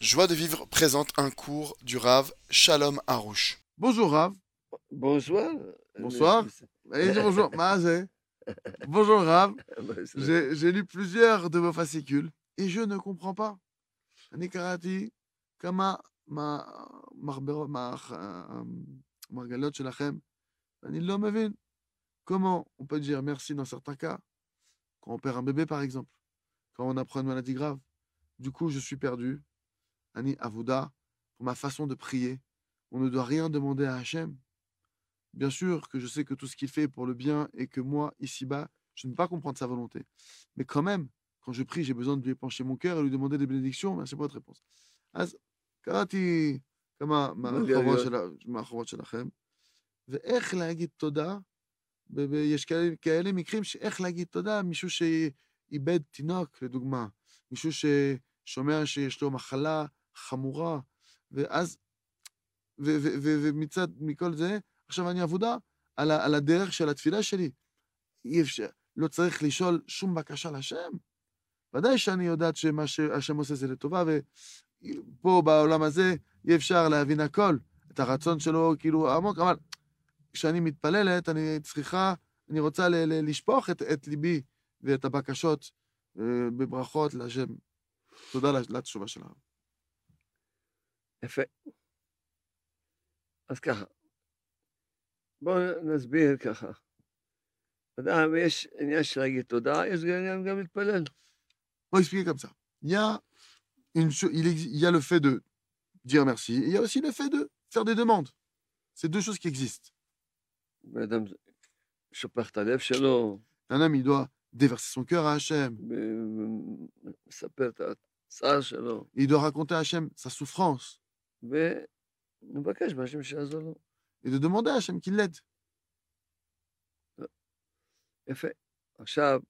Joie de vivre présente un cours du Rav Shalom Harouche. Bonjour Rav. Bonsoir. Euh, Bonsoir. Allez, dis bonjour. Mahazé. Bonjour Rav. euh, J'ai j'ai lu plusieurs de vos fascicules et je ne comprends pas. Nikarati, Kama, Ma, Marbero, Ma, euh, Margalot, Shelachem, Ani lo mevin. Comment on peut dire merci dans certains cas Quand on perd un bébé, par exemple. Quand on apprend une maladie grave. Du coup, je suis perdu. Ani Avuda, pour ma façon de prier. On ne doit rien demander à Hachem. Bien sûr que je sais que tout ce qu'il fait est pour le bien et que moi, ici-bas, je ne peux pas comprendre sa volonté. Mais quand même, quand je prie, j'ai besoin de lui épancher mon cœur et lui demander des bénédictions. Merci pour votre réponse. אז קראתי כמה מהרחובות של- מהרחובות שלכם, ואיך להגיד תודה, ב- ב- יש כאלה- כאלה מקרים שאיך להגיד תודה, מישהו שאיבד תינוק, לדוגמה, מישהו ששומע שיש לו מחלה חמורה, ואז, ו- ו- ו- ומצד, מכל זה, עכשיו אני עבודה על, ה- על הדרך של התפילה שלי. אי אפשר, לא צריך לשאול שום בקשה להשם. ודאי שאני יודעת שמה שהשם עושה זה לטובה, ופה בעולם הזה אי אפשר להבין הכל, את הרצון שלו כאילו עמוק, אבל כשאני מתפללת, אני צריכה, אני רוצה ל- ל- לשפוך את, את ליבי ואת הבקשות אה, בברכות להשם. תודה לש- לתשובה שלך. יפה. אז ככה, בואו נסביר ככה. אדם, יש עניין של להגיד תודה, יש גם עניין גם להתפלל. On va expliquer comme ça. Il y a, une cho- il, exi- il y a le fait de dire merci, et il y a aussi le fait de faire des demandes. C'est deux choses qui existent. בן אדם שופך את הלב שלו, Un homme, il doit déverser son cœur à Hachem, ב- מספר את הצער שלו, il doit raconter à Hachem sa souffrance, ומבקש מהשם שיעזור לו. et de demander à Hachem qu'il l'aide. יפה. עכשיו,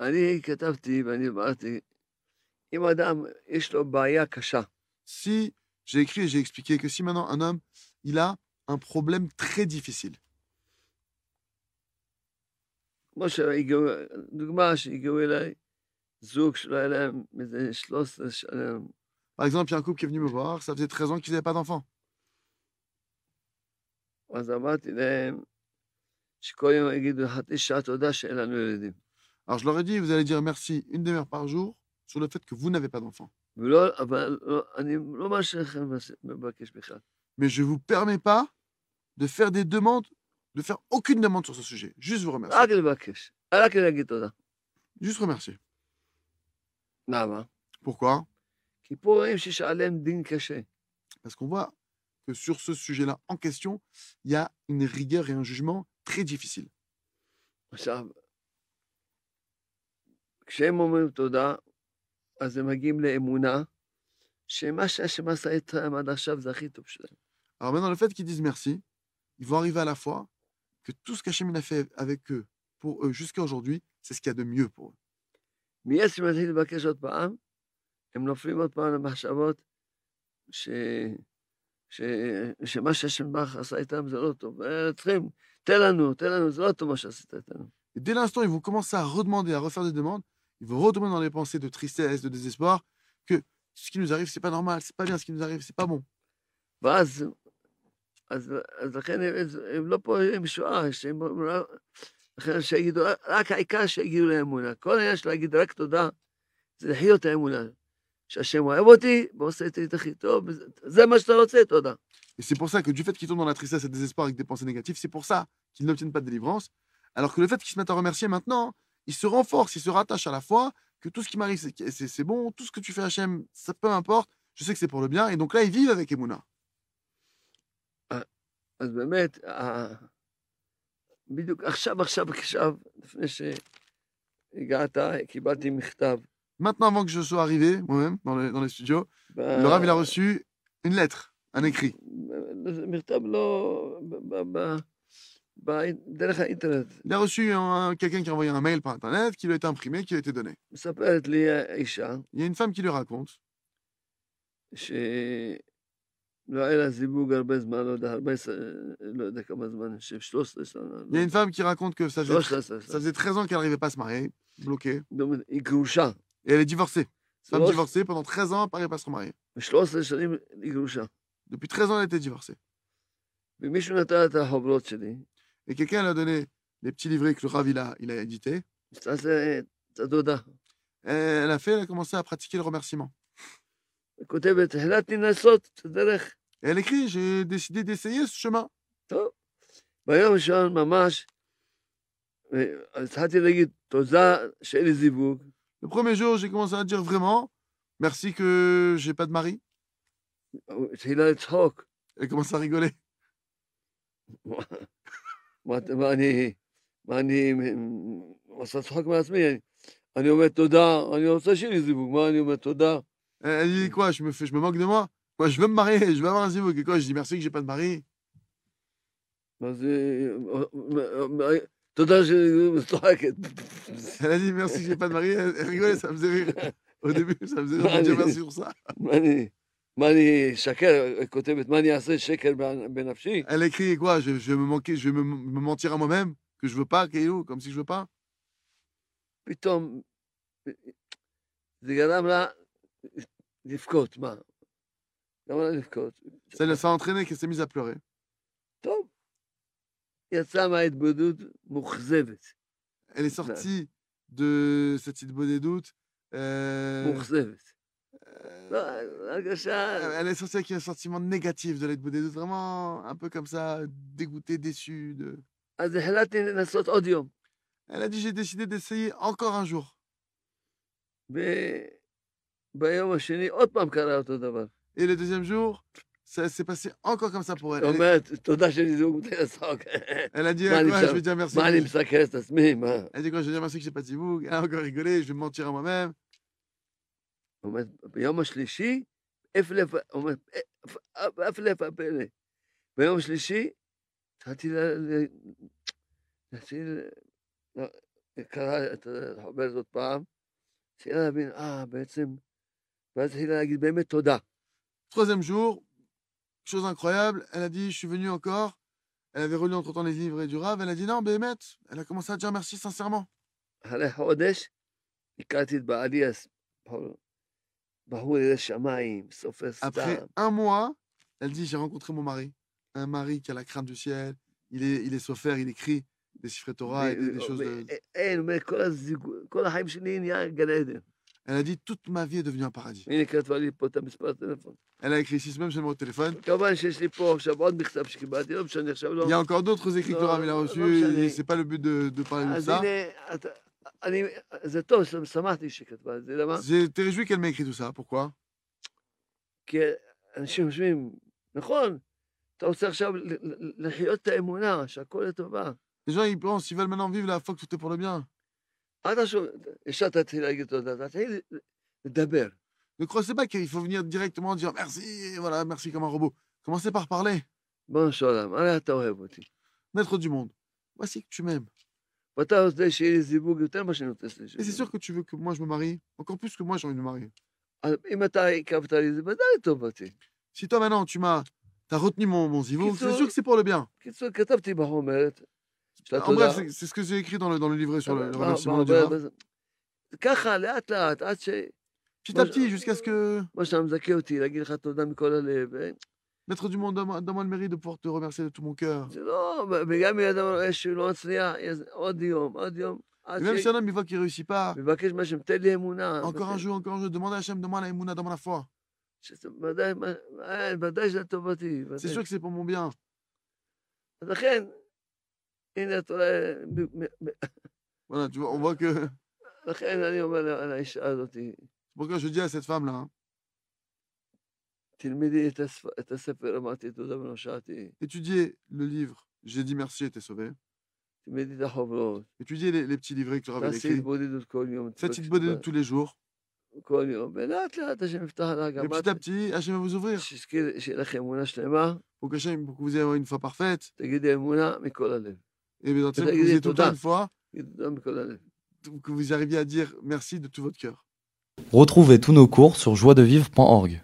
אני כתבתי ואני אמרתי, אם אדם יש לו בעיה קשה, Si, j'ai écrit et j'ai expliqué que si maintenant un homme, il a un problème très difficile, כמו שהגיעו, דוגמה שהגיעו אליי, זוג שלא היה להם איזה 13 שנים, par exemple, il y a un couple qui est venu me voir, ça faisait 13 ans qu'ils n'avaient pas d'enfant. אז אמרתי להם, שכל יום יגידו חצי שעה תודה שאין לנו ילדים. Alors je leur ai dit, vous allez dire merci une demi-heure par jour sur le fait que vous n'avez pas d'enfant. ולא, אבל לא, אני לא מאשר לכם מבקש בכלל. mais je ne vous permets pas de faire des demandes, de faire aucune demande sur ce sujet. Juste vous remercier. רק לבקש, רק להגיד תודה. Juste remercier. למה? Pourquoi כי פה רואים שיש עליהם דין קשה. Parce qu'on voit que sur ce sujet-là en question, il y a une rigueur et un jugement très difficile. עכשיו, כשהם אומרים תודה, אז הם מגיעים לאמונה, שמה שהשם עשה איתם עד עכשיו זה הכי טוב שלהם. Alors maintenant, le fait qu'ils disent merci, ils vont arriver à la fois que tout ce qu'Hachem il a fait avec eux, pour eux jusqu'à aujourd'hui, c'est ce qu'il y a de mieux pour eux. מיד כשהם מתחילים לבקש עוד פעם, הם נופלים עוד פעם למחשבות ש... ש... שמה שהשם ברוך עשה איתם זה לא טוב. אה, צריכים, תן לנו, תן לנו, זה לא טוב מה שעשית איתנו. Et dès l'instant, ils vont commencer à redemander, à refaire des demandes. Ils vont retomber dans les pensées de tristesse, de désespoir, que ce qui nous arrive, c'est pas normal, c'est pas bien ce qui nous arrive, c'est pas bon. ואז, אז, אז לכן הם, הם לא פה עם שואה, שהם, "אה, לכן שיגידו, רק העיקר שיגידו לאמונה. כל העניין של להגיד רק תודה, זה לחיות האמונה. שהשם אוהב אותי, ועושה את זה הכי טוב, וזה- זה מה שאתה רוצה, תודה. Et c'est pour ça que du fait qu'ils tombent dans la tristesse et le désespoir avec des pensées négatives, c'est pour ça qu'ils n'obtiennent pas de délivrance. Alors que le fait qu'ils se mettent à remercier maintenant, ils se renforcent, ils se rattachent à la foi, que tout ce qui m'arrive, c'est- c'est c'est bon, tout ce que tu fais HM, ça peu importe, je sais que c'est pour le bien. Et donc là, ils vivent avec Emouna. אז באמת, ה... בדיוק עכשיו, עכשיו, עכשיו, לפני שהגעת, קיבלתי מכתב. Maintenant, avant que je sois arrivé, moi-même, dans, le- dans les studios, ב- le Rav, il a reçu une lettre, un écrit. זה מכתב לא... ב- ב- ב- ב- דרך האינטרנט. Il a reçu un- quelqu'un qui a envoyé un mail par Internet, qui lui a été imprimé, qui lui a été donné. מספרת לי האישה, Il y a une femme qui lui raconte שלא לא היה לה זיווג הרבה זמן, לא יודע, הרבה, ש- לא יודע כמה זמן, אני חושב 13 שנה. לא Il y a une femme qui raconte que ça faisait, 13 ça שנה. faisait 13 ans qu'elle n'arrivait pas à se marier, bloquée, זאת אומרת, היא גרושה. et elle est divorcée. Femme divorcée pendant 13 ans, elle paraît pas se remarier. ו-13 שנים לגירושה. Depuis 13 ans, elle était divorcée. ומישהו נתן את החוברות שלי, Et quelqu'un lui a donné les petits livrets que le Rav, il a, il a édité. עשתה את- את הדודה. Elle a fait, elle a commencé à pratiquer le remerciement. היא כותבת, החלטתי לנסות את הדרך. Et elle écrit, j'ai décidé d'essayer ce chemin. טוב. ביום הראשון ממש, אה, התחלתי להגיד, תודה שאין לי זיווג, Le premier jour, j'ai commencé à dire vraiment, merci que j'ai pas de mari. הוא התחילה לצחוק. Elle commence à rigoler. מה אתה- מה אני, מה אני מ- עושה צחוק מעצמי? אני- אני אומר תודה, אני רוצה שיהיה לי זיווג, מה אני אומר tודה? Elle- Elle dit quoi Je me fais, je me moque de moi. Moi, je veux me marier, je veux avoir un zivouk. Et quoi Je dis merci que j'ai pas de mari. אז אה, אה, אה, תודה שהיא צוחקת. Elle a dit merci que j'ai pas de mari. Elle, elle rigolait, ça me faisait rire. Au début, ça me faisait rire de Allez. dire merci pour ça. מה אני, מה אני אשקר, היא כותבת, מה אני אעשה שקר בנ- בנפשי? Elle écrit quoi je, je vais me manquer, je vais me, me mentir à moi-même que je veux pas, Keilou, comme si je veux pas. פתאום זה גרם לה לבכות, מה? גרם לה לבכות. Ça l'a ça a entraîné qu'elle s'est mise à pleurer. טוב, יצאה מההתבודדות מאוכזבת, Elle est sortie de cette idée des doutes. euh, מאוכזבת. euh, לא, הרגשה... elle est sortie avec un sentiment négatif de l'aide des doutes, vraiment un peu comme ça, dégoûtée, déçue. De... אז החלטתי לנסות עוד יום. Elle a dit j'ai décidé d'essayer encore un jour. וביום השני עוד פעם קרה אותו דבר. Et le deuxième jour, ça s'est passé encore comme ça pour elle. היא Elle, אומרת, תודה שלי זוג מתי לצחוק. elle a dit Mal, ah, quoi, il je fait- vais dire merci. מה אני מסקר את עצמי? מה? Elle dit quoi, je vais dire merci que j'ai pas de zibouk. Elle a encore rigolé, je vais me mentir à moi-même. היא אומרת, ביום השלישי, אפלף, אומרת, אפלף הפלא. ביום השלישי, התחלתי ל... ל- התחלתי ל... לא, ל- קרא את החוברת עוד פעם, התחילה להבין, אה, בעצם, ואז התחילה להגיד באמת תודה. Troisième jour, chose incroyable, elle a dit je suis venu encore. Elle avait relu entre-temps les livres et du rave. Elle a dit non, Bémet. Elle a commencé à dire merci sincèrement. אחרי חודש הכרתי את בעלי, הס- בחור- בחור ירא שמיים, סופר Après סתם. un mois, elle dit J'ai rencontré mon mari. Un mari qui a la crainte du ciel. Il est, il est sophère, il écrit des chiffres Torah et des, des ו- choses. ו- de- אין, אומר, כל הזיגו- כל החיים שלי נהיה גן עדן. Elle a dit Toute ma vie est devenue un paradis. הנה כתבה לי פה את המספר הטלפון. Elle a écrit ici même sur mon téléphone. כמובן שיש לי פה עכשיו עוד מכתב שקיבלתי, לא משנה, עכשיו לא. Il y a encore d'autres écrits que le Rav, il a reçus. et C'est pas le but de, de parler de אז ça. הנה, אתה- אני, זה טוב, שמחתי שכתבה את זה, למה? J'étais réjoui qu'elle m'ait écrit tout ça. Pourquoi כי אנשים חושבים, נכון, אתה רוצה עכשיו ל- ל- לחיות את האמונה, שהכול לטובה. Les gens, ils pensent, ils veulent maintenant vivre la foi que tout est pour le bien. אל תחשוב, ישר תתחיל להגיד תודה, תתחיל לדבר. Ne croyez pas qu'il faut venir directement dire merci, et voilà, merci comme un robot. Commencez par parler. בוא של עולם, הרי אתה אוהב אותי. Maître du monde, voici que tu m'aimes. ואתה רוצה שיהיה לי זיווג יותר ממה שאני רוצה שיש Et לי. c'est sûr que tu veux que moi je me marie, encore plus que moi j'ai envie de me marier. אז אם אתה עיכבת לי, זה ודאי לטובתי. Si toi maintenant tu m'as t'as retenu mon, mon zivour, Quitte-le. c'est sûr que c'est pour le bien. בקיצור, כתבתי בחומרת, של En התודה. bref, c'est- c'est ce que j'ai écrit dans le, dans le livret sur le, le ב- remerciement ב- du Rav. ב- ב- ככה, לאט לאט, עד ש... Petit moi, à je- petit, jusqu'à ce que מה שאתה מזכה אותי, להגיד לך תודה מכל הלב. אה? Maître du Monde, donne-moi donne-moi le mérite de pouvoir te remercier de tout mon cœur. זה לא... וגם אם אדם רואה שהוא לא מצליח, אז עוד yom, עוד יום. עד Et même ש... si un homme il voit qu'il réussit pas, מבקש משהו, תן לי אמונה. encore un jour, encore un jour, demande à Hachem, demande à Emouna, demande à la foi. שזה ודאי, מה- אה, ודאי שזה לטובתי. C'est ודאי. sûr que c'est pour mon bien. אז לכן, הנה אתה רואה, ב- מ- מ- Voilà, tu vois, on voit que. לכן אני אומר לה- לאישה הזאת, Pourquoi je dis à cette hein, femme là, תלמדי את הספ- את הספר, אמרתי תודה ולא שעתי, étudiez le livre J'ai dit merci et t'es sauvé. תלמדי את החוברות, Étudiez les, les petits livrets que le Rav il a תעשי écrit. התבודדות כל יום, Faites cette bonne tous les jours. כל יום, ולאט לאט השם יפתח עליה Et גם petit à petit, Hachem va vous ouvrir. שתזכי- שיהיה לך אמונה שלמה, Pour que, Hachem- pour que vous ayez une foi parfaite. תגידי אמונה מכל הלב, Et bien, que C'est vous réglé, ayez tout le temps Toda. une fois, תגידי תודה מכל הלב. que vous arriviez à dire merci de tout votre cœur. Retrouvez tous nos cours sur joiedevivre.org.